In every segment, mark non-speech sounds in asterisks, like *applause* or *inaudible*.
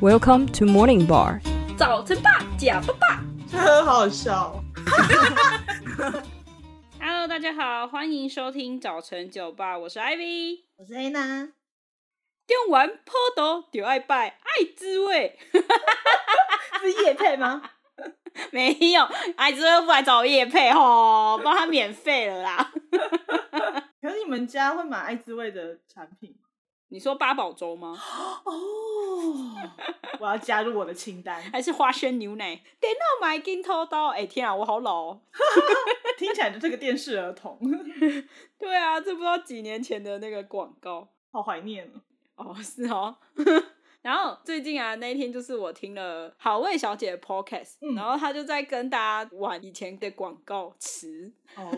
Welcome to Morning Bar。早晨吧，假爸爸。很好笑。 Hello，大家好，欢迎收听早晨酒吧，我是 Ivy。我是 Anna，电玩 p o d o 就爱拜，爱滋味 *laughs* 是叶配吗？没有，爱滋味不来找我叶配吼， *laughs* 帮他免费了啦。 *laughs* 可是你们家会买爱滋味的产品吗？ *laughs* 你说八宝粥吗？哦， *laughs* 我要加入我的清单，还是花生牛奶？等到买金偷刀，哎、天啊，我好老哦。听起来就是个电视儿童， *laughs* 对啊，这不知道几年前的那个广告。好怀念哦。哦，是哦。 *laughs* 然后最近啊，那一天就是我听了好味小姐的 podcast，、嗯然后她就在跟大家玩以前的广告词。哦，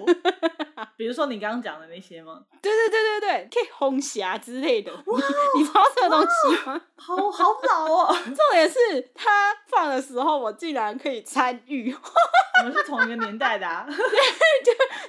比如说你刚刚讲的那些吗？对对对对对，可以红霞之类的。你你知道这个东西吗？好好老哦， *laughs* 重点是她放的时候，我竟然可以参与，*laughs* *laughs* 我们是同一个年代的、啊，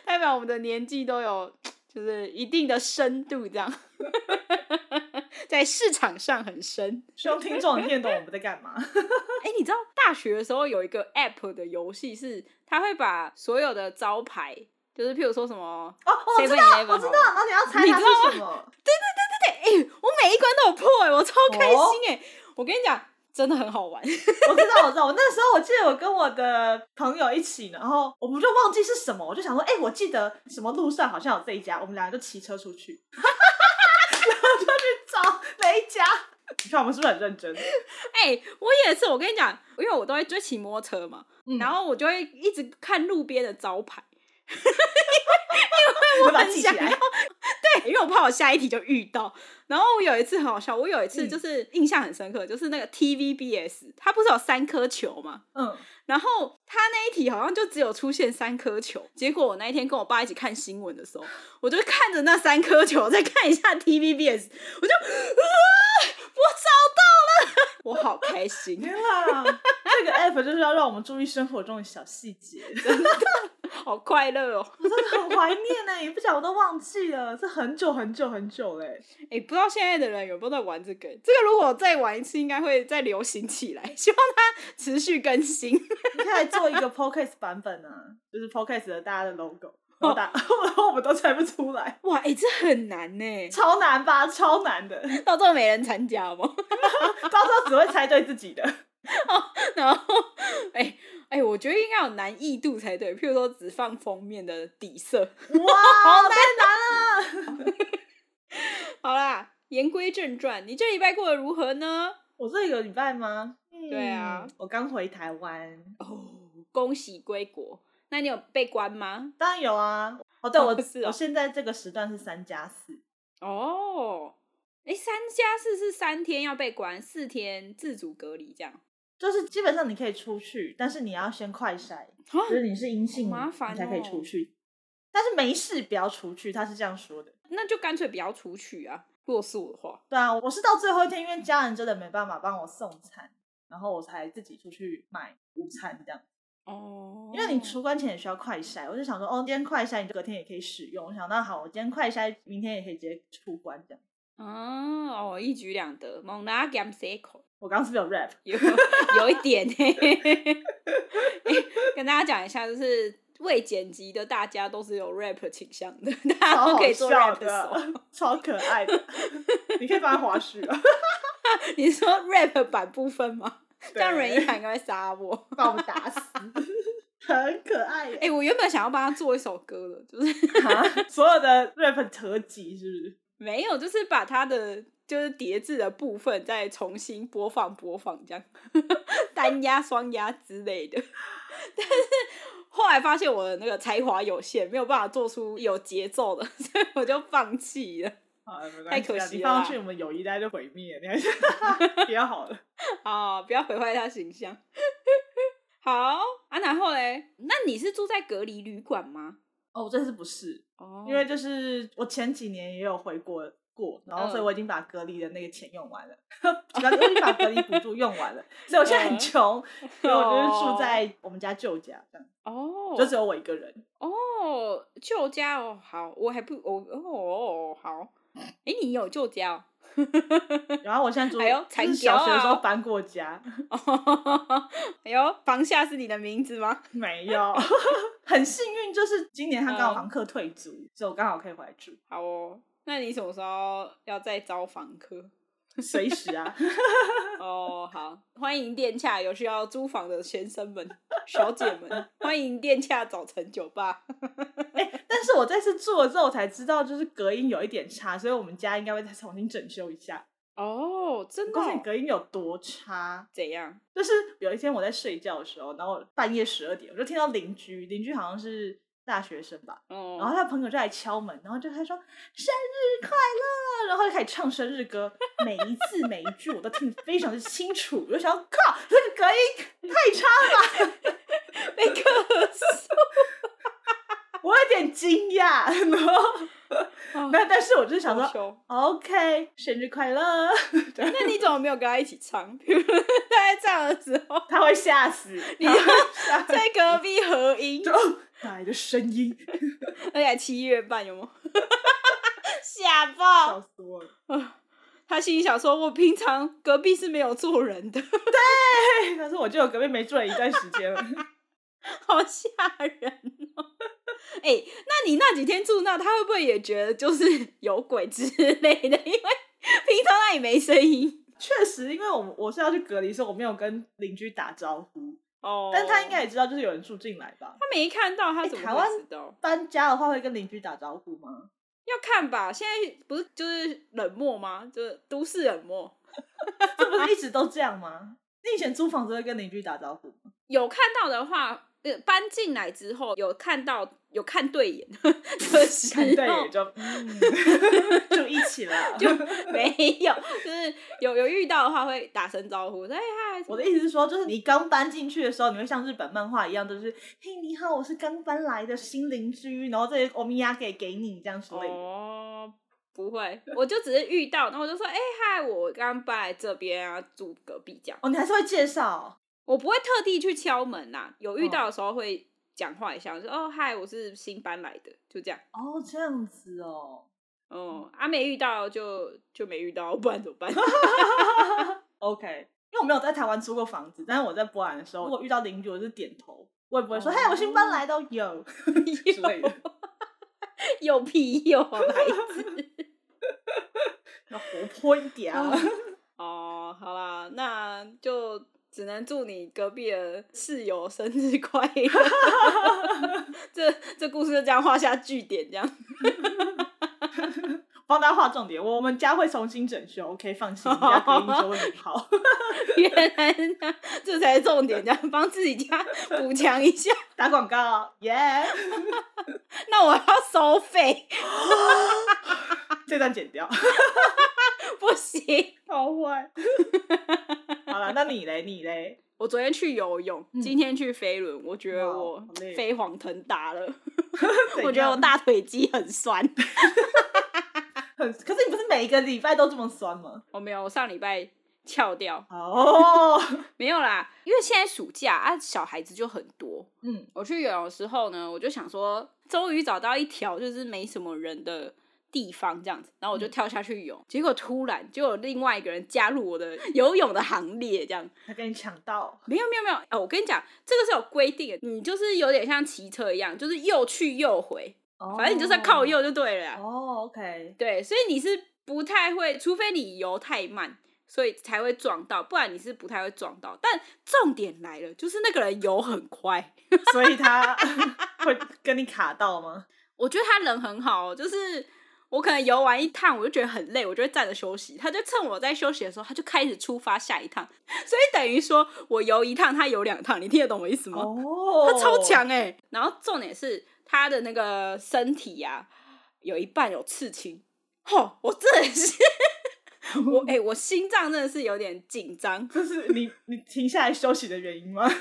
代表我们的年纪都有就是一定的深度，这样 *laughs* 在市场上很深。希望听众能听得懂我们在干嘛。哎、你知道大学的时候有一个 app 的游戏是，它会把所有的招牌，就是譬如说什么哦，我知 Seven 道， Eleven，我知道，然后你要猜你它知道吗是什么？对，哎、我每一关都有破、哎，我超开哦心哎、我跟你讲，真的很好玩。 *laughs* 我知道，我知道，我那时候我记得我跟我的朋友一起，然后我们就忘记是什么，我就想说，哎、我记得什么路上好像有这一家，我们两个就骑车出去， *laughs* 然后就去找哪一家。你看我们是不是很认 *laughs* 真？哎、我也是，我跟你讲，因为我都会追骑摩托车嘛，嗯然后我就会一直看路边的招牌，我把它很记起想来要。对，因为我怕我下一题就遇到。然后我有一次很好笑，我有一次嗯就是印象很深刻，就是那个 TVBS，它不是有三颗球吗？嗯，然后他那一题好像就只有出现三颗球，结果我那一天跟我爸一起看新闻的时候，我就看着那三颗球，再看一下 TVBS，我就，啊，我找到了，我 *laughs* 好开心，天啦， *laughs* 这个 app 就是要让我们注意生活中的小细节，好快乐哦！我真的很怀念呢、你不讲我都忘记了，这很久很久很久嘞、哎，不知道现在的人有没有在玩这个？这个如果再玩一次，应该会再流行起来。 *laughs* 希望它持续更新。你可以来做一个 podcast 版本啊，就是 podcast 的大家的 logo，然后大， *laughs* 然后我们都猜不出来。哇，哎，这很难呢，超难吧，超难 *laughs* 的，到最后没人参加吗？ *laughs* 到时候只会猜对自己的。然后，哎、哎、我觉得应该有难易度才对，譬如说只放封面的底色。 *laughs* 哇，太难了！好啦，言归正传，你这礼拜过得如何呢？我这个礼拜吗？对啊嗯，我刚回台湾，哦，恭喜归国。那你有被关吗？当然有啊。哦，对，我、哦是哦我现在这个时段是三加四，哦，哎、三加四是三天要被关，四天自主隔离这样。就是基本上你可以出去，但是你要先快筛，啊就是你是阴性，好麻烦哦你才可以出去。但是没事不要出去，他是这样说的。那就干脆不要出去啊。如果是我的话，对啊，我是到最后一天，因为家人真的没办法帮我送餐，然后我才自己出去买午餐这样。哦因为你出关前也需要快筛，我就想说，哦，今天快筛，你隔天也可以使用。我想到好，我今天快筛，明天也可以直接出关这样。哦，哦，一举两得，猛拿 g a m s e 我刚刚是不是有 rap？有有一点嘿、欸， *laughs* 跟大家讲一下，就是未剪辑的大家都是有 rap 倾向的，大家超都好啊可以做笑 rap 手。的， *laughs* 超可爱的。你可以放在滑絮啊， *laughs* 你说 rap 版部分吗？这样对人一涵应该会杀我。 *laughs* 把我们打死， *laughs* 很可爱哎、耶。我原本想要帮他做一首歌的，就是 *laughs* 哈 *laughs* 所有的 rap 合集是不是？没有，就是把他的就是叠字的部分再重新播放播放这样， *laughs* 单压、双压之类的。 *laughs* 但是后来发现我的那个才华有限，没有办法做出有节奏的， *laughs* 所以我就放弃了。 *laughs* 好了，没关系太可啊，惜了你放上去我们友谊大家就毁灭，你还是比较好了。啊、不要毁坏他形象。 *laughs* 好啊，然后嘞，那你是住在隔离旅馆吗？哦，我这次不是，哦因为就是我前几年也有回国过，然后嗯所以我已经把隔离的那个钱用完了， *laughs* 把我已经把隔离补助用完了，所以我嗯现在很穷，所以我就是住在我们家舅家，这样哦，就只有我一个人。哦，旧家哦，好，我还不我哦好，哎，你有旧家哦？然后我现在住，哎呦就惨是叫小学的时啊候搬过家， *laughs* 哎呦，房夏是你的名字吗？没有， *laughs* 很幸运，就是今年他刚好嗯房客退租，所以我刚好可以回来住，好哦，那你什么时候要再招房客？随时啊，哦，好，欢迎电洽有需要租房的先生们、小姐们，欢迎电洽早晨酒吧。但是我这次住了之后，我才知道就是隔音有一点差，所以我们家应该会再重新整修一下。哦，真的我告诉你哦、隔音有多差，怎样？就是有一天我在睡觉的时候，然后半夜十二点，我就听到邻居，邻居好像是大学生吧，哦，然后他朋友就来敲门，然后就他说生日快乐，然后就开始唱生日歌，每一字每一句我都听得非常的清楚，我就想要靠这个隔音太差了 *laughs* 被克死。吧，我有点惊讶，然后哦那但是我就想好说凶 OK 生日快乐，那你怎么没有跟他一起唱？比如他在唱的时候，他会吓死，你他就会吓死在隔壁合 *laughs* 音，就哦哪来的声音，而且还七月半有吗？ *laughs* 吓爆！笑死我了， *laughs* 他心里想说：“我平常隔壁是没有坐人的，哎但是我就有隔壁没住了一段时间了，好吓人哦！”哎、那你那几天住那，他会不会也觉得就是有鬼之类的？因为平常那里没声音确实，因为我我是要去隔离，所以我没有跟邻居打招呼。哦但他应该也知道，就是有人住进来吧。他没看到，他哎怎么台湾会知道？搬家的话会跟邻居打招呼吗？ *laughs* 要看吧，现在不是就是冷漠吗？就是都市冷漠。这不是一直都这样吗？你以前租房子会跟邻居打招呼吗？有看到的话，呃，搬进来之后有看到有看对眼 *laughs* 的时候，看对眼就、 *laughs* 嗯、 *laughs* 就一起了。哦就 *laughs* 没有，就是有有遇到的话会打声招呼，哎嗨，我的意思是说，就是你刚搬进去的时候，你会像日本漫画一样，就是嘿，你好，我是刚搬来的新邻居，然后这些欧米亚给给你这样之类的。哦，不会，我就只是遇到，然后我就说，哎嗨，我刚搬来这边啊，住隔壁这样，哦，你还是会介绍我不会特地去敲门呐、有遇到的时候会讲话一下，我说哦嗨，我是新搬来的，就这样。哦，这样子哦。哦、啊没遇到就就没遇到，不然怎么办？ OK，因为我没有在台湾租过房子，但是我在波兰的时候，如果遇到邻居，我是点头，我也不会说哦嘿，我新搬来的哦有 *laughs* 之 *laughs* 类的。又屁啊又 *laughs* 来要活泼一点啊！嗯哦，好啦，那就只能祝你隔壁的室友生日快乐。 *laughs* 这这故事就这样画下句点，这样。 *laughs* 帮大家画重点，我们家会重新整修，OK，放心，我们家隔音就会很好。 *laughs* *laughs* 原来是这样 *laughs* 这才是重点，这样帮自己家补强一下。打广告，耶、那我要收费，这段 *laughs* 剪掉，不行。好坏。好了，那你嘞，你嘞，我昨天去游泳，嗯今天去飞轮，我觉得哇我好累飞黄腾达了。怎 *laughs* 我觉得我样大腿肌很酸。 *laughs* 很，可是你不是每一个礼拜都这么酸吗？我没有，我上礼拜翘掉，哦， *laughs* 没有啦，因为现在暑假啊，小孩子就很多，嗯，我去游泳的时候呢，我就想说，终于找到一条就是没什么人的地方这样子，然后我嗯就跳下去游，结果突然就有另外一个人加入我 *laughs* 的游泳的行列，这样他跟你抢到，没有没有没有，哦，我跟你讲，这个是有规定的，你就是有点像骑车一样，就是又去又回，哦反正你就是要靠右就对了啦，哦，OK，对，所以你是不太会，除非你游太慢。所以才会撞到，不然你是不太会撞到。但重点来了，就是那个人游很快，所以他 *laughs* 会跟你卡到吗？我觉得他人很好哦，就是我可能游完一趟，我就觉得很累，我就会站着休息。他就趁我在休息的时候，他就开始出发下一趟，所以等于说我游一趟，他游两趟，你听得懂我意 *laughs* 思吗？哦他超，强哎、然后重点是他的那个身体呀、有一半有刺青，吼，我真的 *laughs* 是我哎、我心脏真的是有点紧张，这是你你停下来休息的原 *laughs* 因吗？我很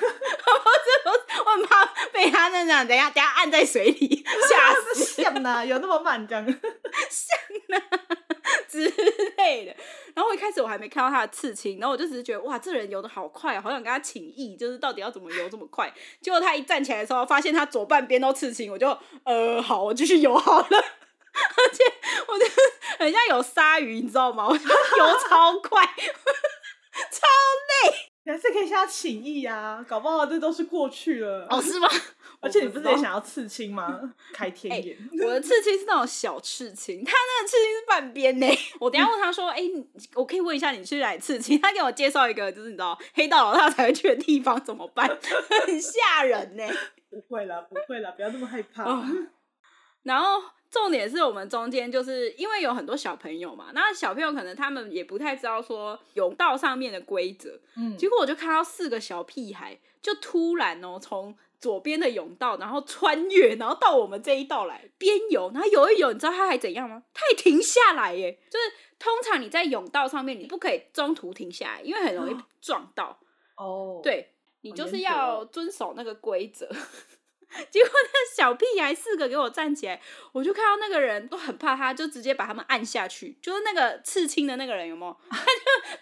怕被他那样，等一下等一下按在水里吓死。像呐，啊有那么慢这样？之类的。然后我一开始我还没看到他的刺青，然后我就只是觉得哇，这人游的好快，啊好想跟他请益，就是到底要怎么游这么快？结果他一站起来的时候，发现他左 *laughs* 半边都刺青，我就呃好，我继续游好了。而且我就很像有鲨鱼，你知道吗？我觉得游超快，还是可以向他请意啊，搞不好这都是过去了。 *laughs* 哦，是吗？而且你不我是知道也想要刺青吗？开天眼，我的刺青是那种小刺青，他那个刺青是半边呢。我等一下问他说：“哎、你我可以问一下你是来刺青？”他给我介绍一个，就是你知道黑道老大才会去的地方，怎么办？ *laughs* 很吓人呢。不会啦，不会啦，不要那么害怕。哦 *laughs* 然后重点是我们中间就是因为有很多小朋友嘛，那小朋友可能他们也不太知道说甬道上面的规则，嗯，结果我就看到四个小屁孩就突然哦从。左边的甬道，然后穿越，然后到我们这一道来边游，然后游一游，你知道他还怎样吗？他还停下来耶！就是通常你在甬道上面，你不可以中途停下来，因为很容易撞到。哦，，对你好就严是格要哦遵守那个规则。 *laughs* 结果那小屁孩四个给我站起来，我就看到那个人都很怕他，就直接把他们按下去。就是那个刺青的那个人有没 *laughs* 有？他就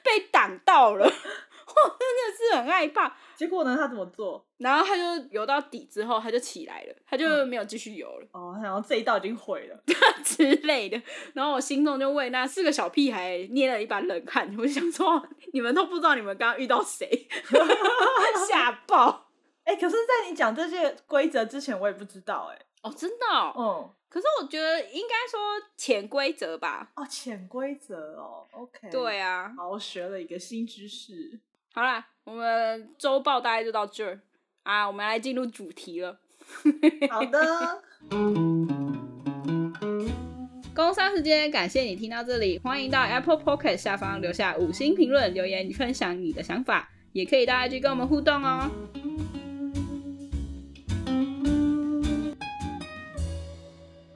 被挡到了， *laughs* 我真的是很害怕。结果呢，他怎么做？然后他就游到底之后，他就起来了，他就没有继续游了、 *laughs* 哦，然后这一道已经毁了。之类的。然后我心中就为那四个小屁孩捏了一把冷汗，我就想说，你们都不知道你们刚刚遇到谁， *laughs* 吓爆！哎、可是，在你讲这些规则之前，我也不知道哎、哦，真的、哦，嗯，可是我觉得应该说潜规则吧。哦，潜规则哦，OK。对啊，好，我学了一个新知识。好啦，我们周报大概就到这儿啊，我们来进入主题了。*laughs* 好的，工商时间，感谢你听到这里，欢迎到 Apple Pocket 下方留下五星评论，留言分享你的想法，也可以到 IG 跟我们互动哦。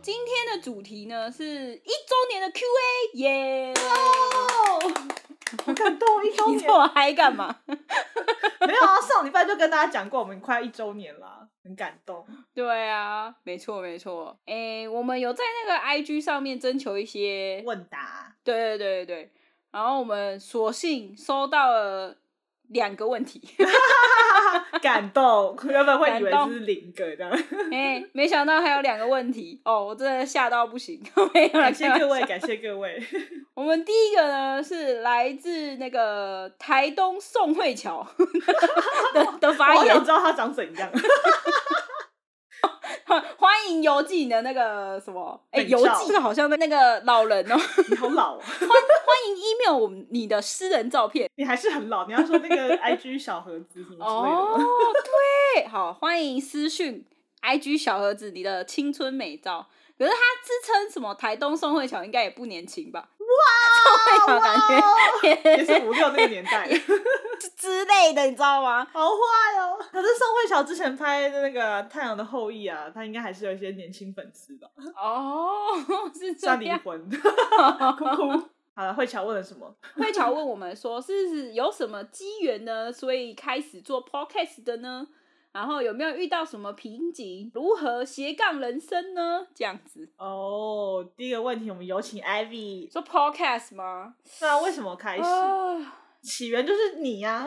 今天的主题呢是一周年的 Q&A，耶、 *laughs* 好感动，一周你年这么嗨干嘛？ *laughs* 没有啊，上礼拜就跟大家讲过，我们快要一周年啦，很感动。对啊，没错没错。诶，我们有在那个 IG 上面征求一些，问答，对对对对对，然后我们索性收到了两个问题， *laughs* 感动，原本会以为感动是零个这样。诶，没想到还有两个问题哦，我真的吓到不行。 *laughs* 没有啦 *laughs* 感谢开玩各位，笑感谢各 *laughs* 位。我们第一个呢是来自那个台东宋慧乔的的我发好言想，知道他长怎样。 *laughs* 欢迎邮寄你的那个什么，诶，美邮照寄这个好像那个老人哦， *laughs* 你好老、哦，欢迎 email 我们你的私人照片。你还是很老。你要说那 *laughs* 个 IG 小盒子什么之类的吗。哦， *laughs* 对，好，欢迎私讯 IG 小盒子你的青春美照。可是他自称什么台东宋慧乔，应该也不年轻吧？ *laughs* 哇，宋慧乔感觉 *laughs* 也是五六那个年 *laughs* 代，之类的，你知道吗？好坏哦。可是宋慧乔之前拍的那个《太阳的后裔》啊，她应该还是有一些年轻粉丝吧？哦， *laughs* 是这虽然离样。婚， *laughs* 哭哭。好了，慧乔问了什么？慧乔问我们说，是是有什么机缘呢？所以开始做 podcast 的呢？然后有没有遇到什么瓶颈？如何斜杠人生呢？这样子哦、第一个问题，我们有请 Ivy。说 podcast 吗？那为什么开始？啊起源就是你呀、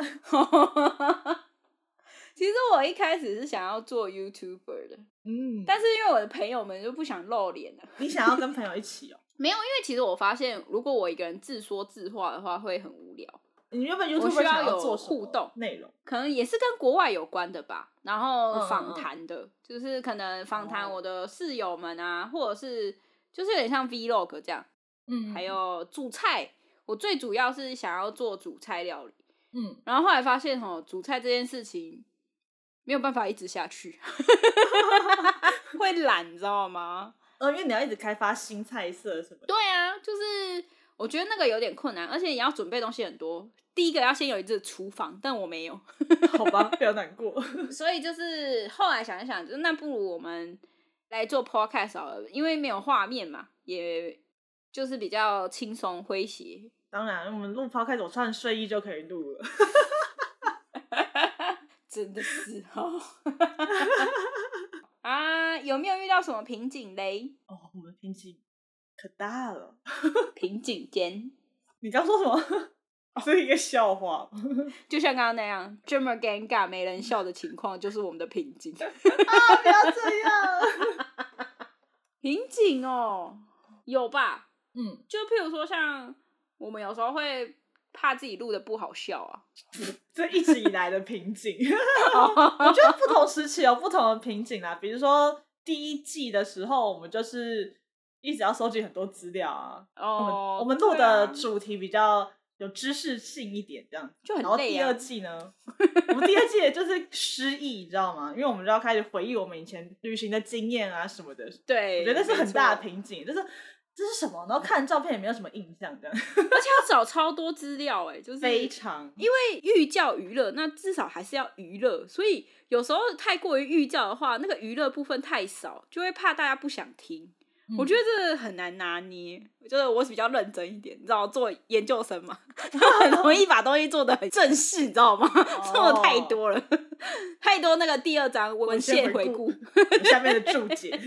*laughs* 其实我一开始是想要做 YouTuber 的，嗯，但是因为我的朋友们就不想露脸了。你想要跟朋友一起哦。没有，因为其实我发现，如果我一个人自说自话的话，会很无聊。你原本我 YouTube 需要想有做什么互动内容？可能也是跟国外有关的吧，然后嗯嗯访谈的，就是可能访谈哦我的室友们啊，或者是就是有点像 Vlog 这样，嗯还有煮菜。我最主要是想要做煮菜料理，嗯，然后后来发现哦，煮菜这件事情没有办法一直下 *laughs* 去，会懒，你知道吗？呃，因为你要一直开发新菜色什么的。 *laughs* 对啊，就是我觉得那个有点困难，而且你要准备东西很多。第一个要先有一个厨房，但我没有， *laughs* 好吧，不要难过。 *laughs* 所以就是后来想一想，就是那不如我们来做 podcast 好了，因为没有画面嘛，也就是比较轻松诙谐。当然，我们录抛开我穿睡衣就可以录了。真的是 *laughs* 哦。啊，有没有遇到什么瓶颈嘞？哦，我们天气可大了。瓶颈间，你刚说什么？ *laughs* 这是一个笑话 *laughs* 吗。就像刚刚那样，这么尴尬没人笑的情况，就是我们的瓶 *laughs* 颈。啊！不要这样。瓶颈哦，有吧？嗯，就譬如说，像我们有时候会怕自己录的不好笑啊，这一直以来的 *laughs* 瓶颈，我觉得不同时期有不同的瓶颈啦。比如说第一季的时候，我们就是一直要收集很多资料啊，我们哦，我们录对啊的主题比较有知识性一点，这样就很然后累第啊二季呢，我们第二季也就是失忆，你知道吗？因为我们就要开始回忆我们以前旅行的经验啊什么的，我对，觉得那是没很大的错瓶颈，就是这是什么？然后看照片也没有什么印象，这样而且要找超多资料、哎，就是非 *laughs* 常因为寓教于乐，那至少还是要娱乐，所以有时候太过于寓教的话，那个娱乐部分太少，就会怕大家不想听。我觉得这很难拿捏，就是我比较认真一点，你知道，做研究生 *laughs* 嘛，很容易把东西做的很正式，你知道吗？ *laughs* 做的太哦多了，太多那个第二章文献回顾，我 *laughs* 下面的注解，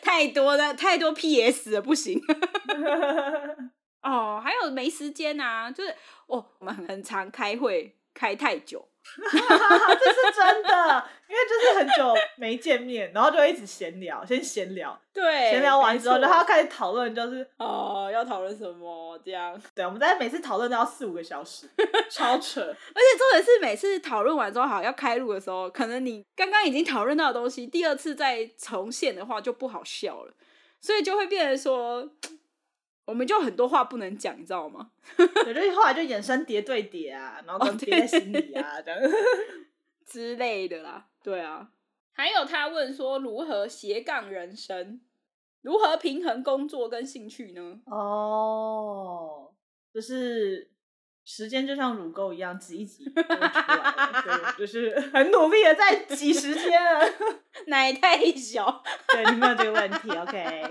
太多的太多 PS 了，不 *laughs* 行。哦，还有没时间啊，就是哦，我们很很常开会，开太久，这是真的，因为就是很久没见面，然后就一直闲聊，先闲聊，对，闲聊完之后，没错然后开始讨论，就是哦，要讨论什么这样？而对，我们大概每次讨论都要四五个小时，*laughs* 超扯。且重点是，每次讨论完之后，好要开录的时候，可能你刚刚已经讨论到的东西，第二次再重现的话就不好笑了，所以就会变成说，嗯我们就很多话不能讲，你知道吗？对，就是后来就衍生叠对叠啊，然后跟哦叠在心里啊， *laughs* 这样。之类的啦，对啊。还有他问说，如何斜杠人生，如何平衡工作跟兴趣呢？ *laughs* 哦，就是时间就像乳沟一样挤一挤就出来了，对，就是很努力的在挤时间 *laughs* 啊。奶太小，对，你没有这个问题，OK？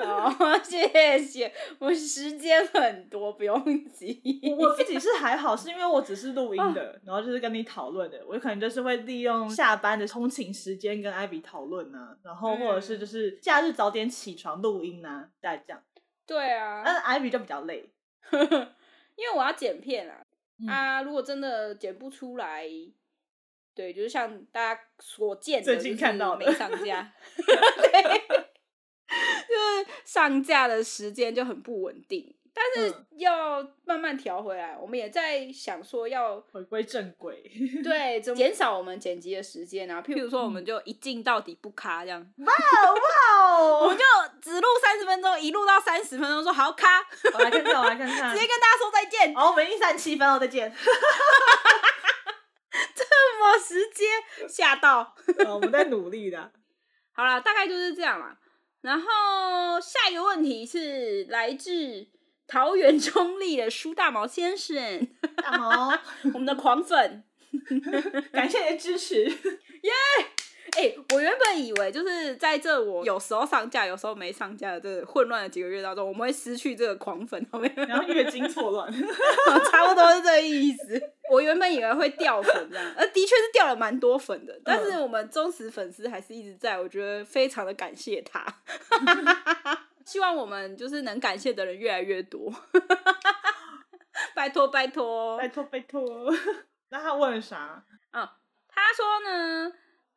哦，谢谢，我时间很多，不用急。我我自己是还好，是因为我只是录音的，然后就是跟你讨论的，我可能就是会利用下班的通勤时间跟艾比讨论啊，然后或者是就是假日早点起床录音啊，大概这样。对啊，但是艾比就比较累，呃 *laughs* 因为我要剪片啦，嗯啊，如果真的剪不出来，对，就是像大家所见的，最近就是看到的没上 *laughs* 架，对，就是上架的时间就很不稳定，但是嗯要慢慢调回来。我们也在想说 *laughs* 要回归正轨。对怎么减少我们剪辑的时间啊，譬如说我们就一镜到底不卡这样， *laughs* 我哦们，就呃只录三十分钟，一录到三十分钟说好卡，直我来看看，我来看看。接跟大家说再见，好，我们一三七分哦，再 *laughs* 见。这么直接吓到。呃我们在努力 *laughs* 的。好啦，大概就是这样啦。然后下一个问题是来自桃园中立的苏大毛先生， *laughs* 大毛，我们的狂粉。感谢你的支持。哎、我原本以为就是在这我有时候上架，有时候没上架的这混乱的几个月当中，我们会失去这个狂粉，后面然后月经错乱， *laughs* 差不多是这个意思。 *laughs* 我原本以为会掉粉这样，呃，的确是掉了蛮多粉的，但是我们忠实粉丝还是一直在，我觉得非常的感谢他。 *laughs* 希望我们就是能感谢的人越来越多， *laughs* 拜托拜托 *laughs* 啊拜。托拜托。 *laughs* 那他问啥？他说呢，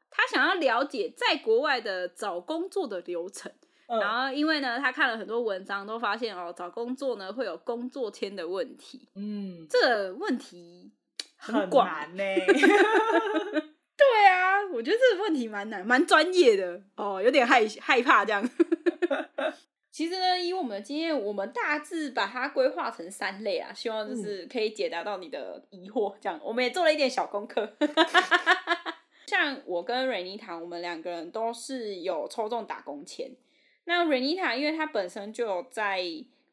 他想要了解在国外的找工作的流程。嗯然后，因为呢，他看了很多文章，都发现哦，找工作呢会有工作签的问题。嗯，这个问题很很广，啊 *laughs* 难欸呢。对啊，我觉得这个问题蛮难，蛮专业的哦，有点害害怕这样。 *laughs* 其实呢，以我们的经验，我们大致把它规划成三类啊，希望就是可以解答到你的疑惑。这样，我们也做了一点小功 *laughs* 课。像我跟瑞妮塔，我们两个人都是有抽中打工签。那瑞妮塔，因为她本身就有在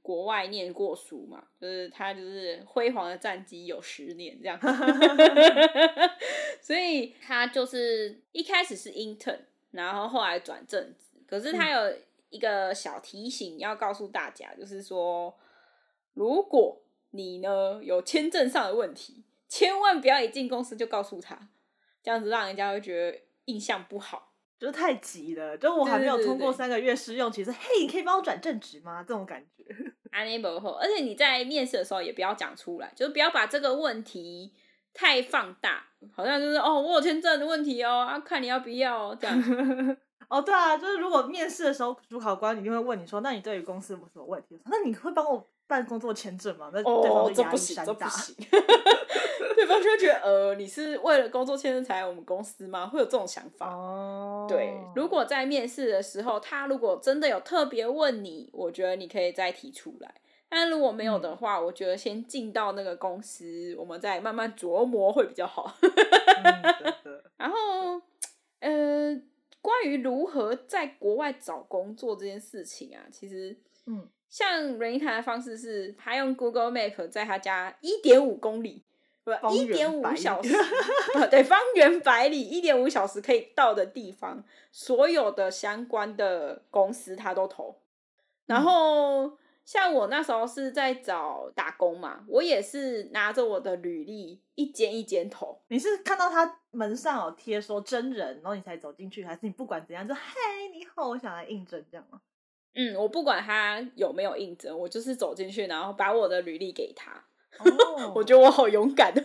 国外念过书嘛，就是她就是辉煌的战绩有十年这样。 *laughs* 所以他就是一开始是 intern，然后后来转正职。可是他有一个小提醒要告诉大家，就是说，如果你呢有签证上的问题，千万不要一进公司就告诉他，这样子让人家会觉得印象不好。就是太急了，就我还没有对对对通过对三个月试用期，是嘿，你可以帮我转正职吗？这种感觉。 *laughs* 安利不后，而且你在面试的时候也不要讲出来，就是不要把这个问题 *laughs* 太放大，好像就是哦，我有签证的问题哦，啊，看你要不要哦这样。哦，对啊，就是如果面试的时候，主考官一定会问你说，那你对于公司有什么问题？我说那你会帮我办工作签证吗？那对方哦，的这压不力行，山这大不。 *laughs* 行。对方就会觉得，呃，你是为了工作签证才来我们公司吗？会有这种想法。哦，对，如果在面试的时候，他如果真的有特别问你，我觉得你可以再提出来。但如果没有嗯的话，我觉得先进到那个公司，我们再慢慢琢磨会比较好。嗯真的然后，呃，关于如何在国外找工作这件事情啊，其实，嗯，像瑞塔的方式是，他用 Google Map 在他家一点五公里，不方一圆点五百里 *laughs* 小时，呃对，方圆百里一点五小时可以到的地方，所有的相关的公司他都投。嗯然后像我那时候是在找打工嘛，我也是拿着我的履历一间一间投。你是看到他门上有贴说真人，然后你才走进去，还是你不管怎样就嗨你好，我想来应征这样吗？嗯，我不管他有没有应征，我就是走进去，然后把我的履历给他。哦 *laughs* 我觉得我好勇敢。 *laughs*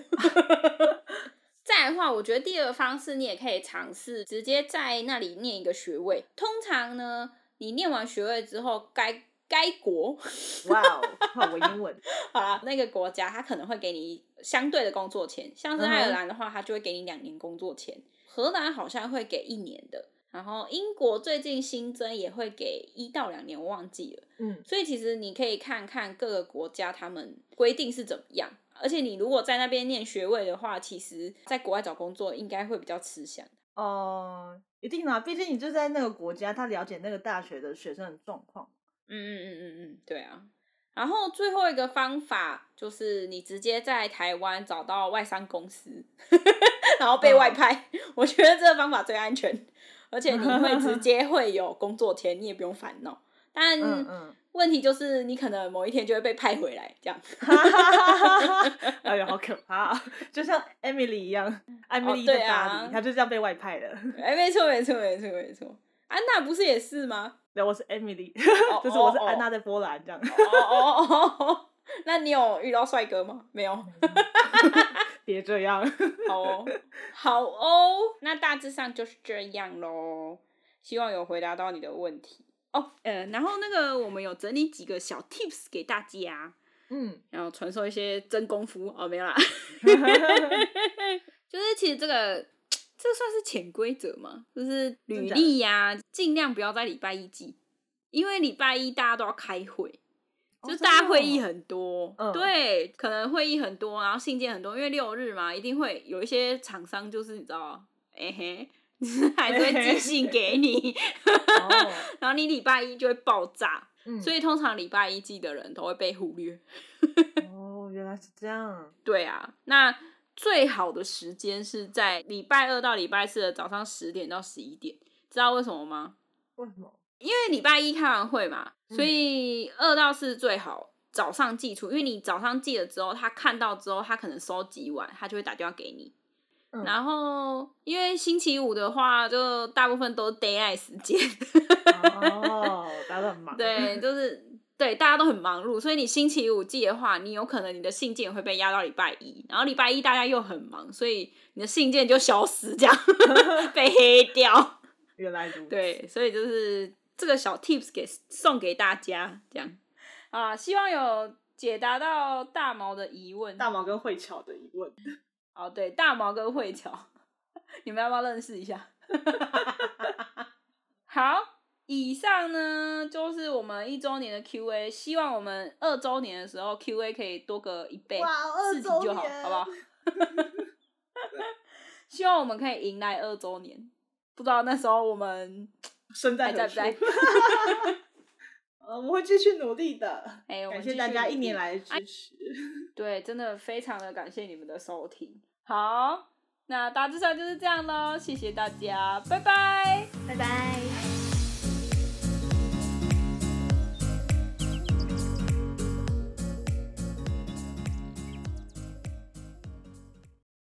再来的话，我觉得第二个方式，你也可以尝试直接在那里念一个学位。通常呢，你念完学位之后，该该国 *laughs* 得哇哦，好文言文，好啦，那个国家他可能会给你相对的工作钱，像是嗯哼爱尔兰的话，他就会给你两年工作钱，荷兰好像会给一年的，然后英国最近新增也会给一到两年，我忘记了。嗯，所以其实你可以看看各个国家他们规定是怎么样，而且你如果在那边念学位的话，其实在国外找工作应该会比较吃香。哦、一定啦，毕竟你就在那个国家，他了解那个大学的学生的状况。嗯嗯嗯嗯嗯，对啊。然后最后一个方法就是你直接在台湾找到外商公司，然后被外派。我觉得这个方法最安全，而且你会 *laughs* 直接会有工作签，你也不用烦恼。但 *laughs* 嗯嗯，问题就是你可能某一天就会被派回来，这样。哈哈哈哈！哎呦，好可怕、啊，就像 Emily 一样，艾米丽哦对在巴啊黎，她、就这样被外派了。哎，没错，没错，没错，没错。安娜不是也是吗？对，我是 Emily，哦 *laughs* 就是我是安娜哦在波兰这样。哦哦哦 *laughs* 哦，那你有遇到帅哥吗？没有。别这样，好 *laughs* 哦，好哦。那大致上就是这样喽。希望有回答到你的问题哦。呃，然后那个我们有整理几个小 tips 给大家，嗯，然后传授一些真功夫哦，没有啦。嗯就是其实这个这算是潜规则嘛，就是履历呀、尽量不要在礼拜一寄，因为礼拜一大家都要开会，哦就大家会议真的哦很多，嗯对，可能会议很多，然后信件很多，因为六日嘛，一定会有一些厂商就是你知道，哎、嘿。还是 *laughs* 会寄信给你，哦然后你礼拜一就会爆炸，嗯所以通常礼拜一寄的人都会被忽略。哦，原来是这样。对啊，那最好的时间是在礼拜二到礼拜四的早上十点到十一点，知道为什么吗？为什么？因为礼拜一开完会嘛，嗯所以二到四最好早上寄出，因为你早上寄了之后，他看到之后，他可能收集完，他就会打电话给你。嗯然后，因为星期五的话，就大部分都是 day night 时间，哦，大家都很忙。对，就是对，大家都很忙碌，所以你星期五寄的话，你有可能你的信件会被压到礼拜一，然后礼拜一大家又很忙，所以你的信件就消失，这样 *laughs* 被黑掉。原来如此。，对，所以就是这个小 tips 给送给大家，这样啊，希望有解答到大毛的疑问。大毛跟慧巧的疑问，哦，对，大毛跟慧乔， *laughs* 你们要不要认识一下？ *laughs* 好，以上呢就是我们一周年的 Q&A，希望我们二周年的时候 Q&A 可以多个一倍，哇二四题周就好，年好不好？ *laughs* 希望我们可以迎来二周年，不知道那时候我们身在还在何不处？ *laughs* 在？呃，我们会继续努力的。哎、我们感继谢续大家努一年力，来的支持。对，真的非常的感谢你们的收听。好，那大致上就是这样喽，谢谢大家，拜拜。拜拜。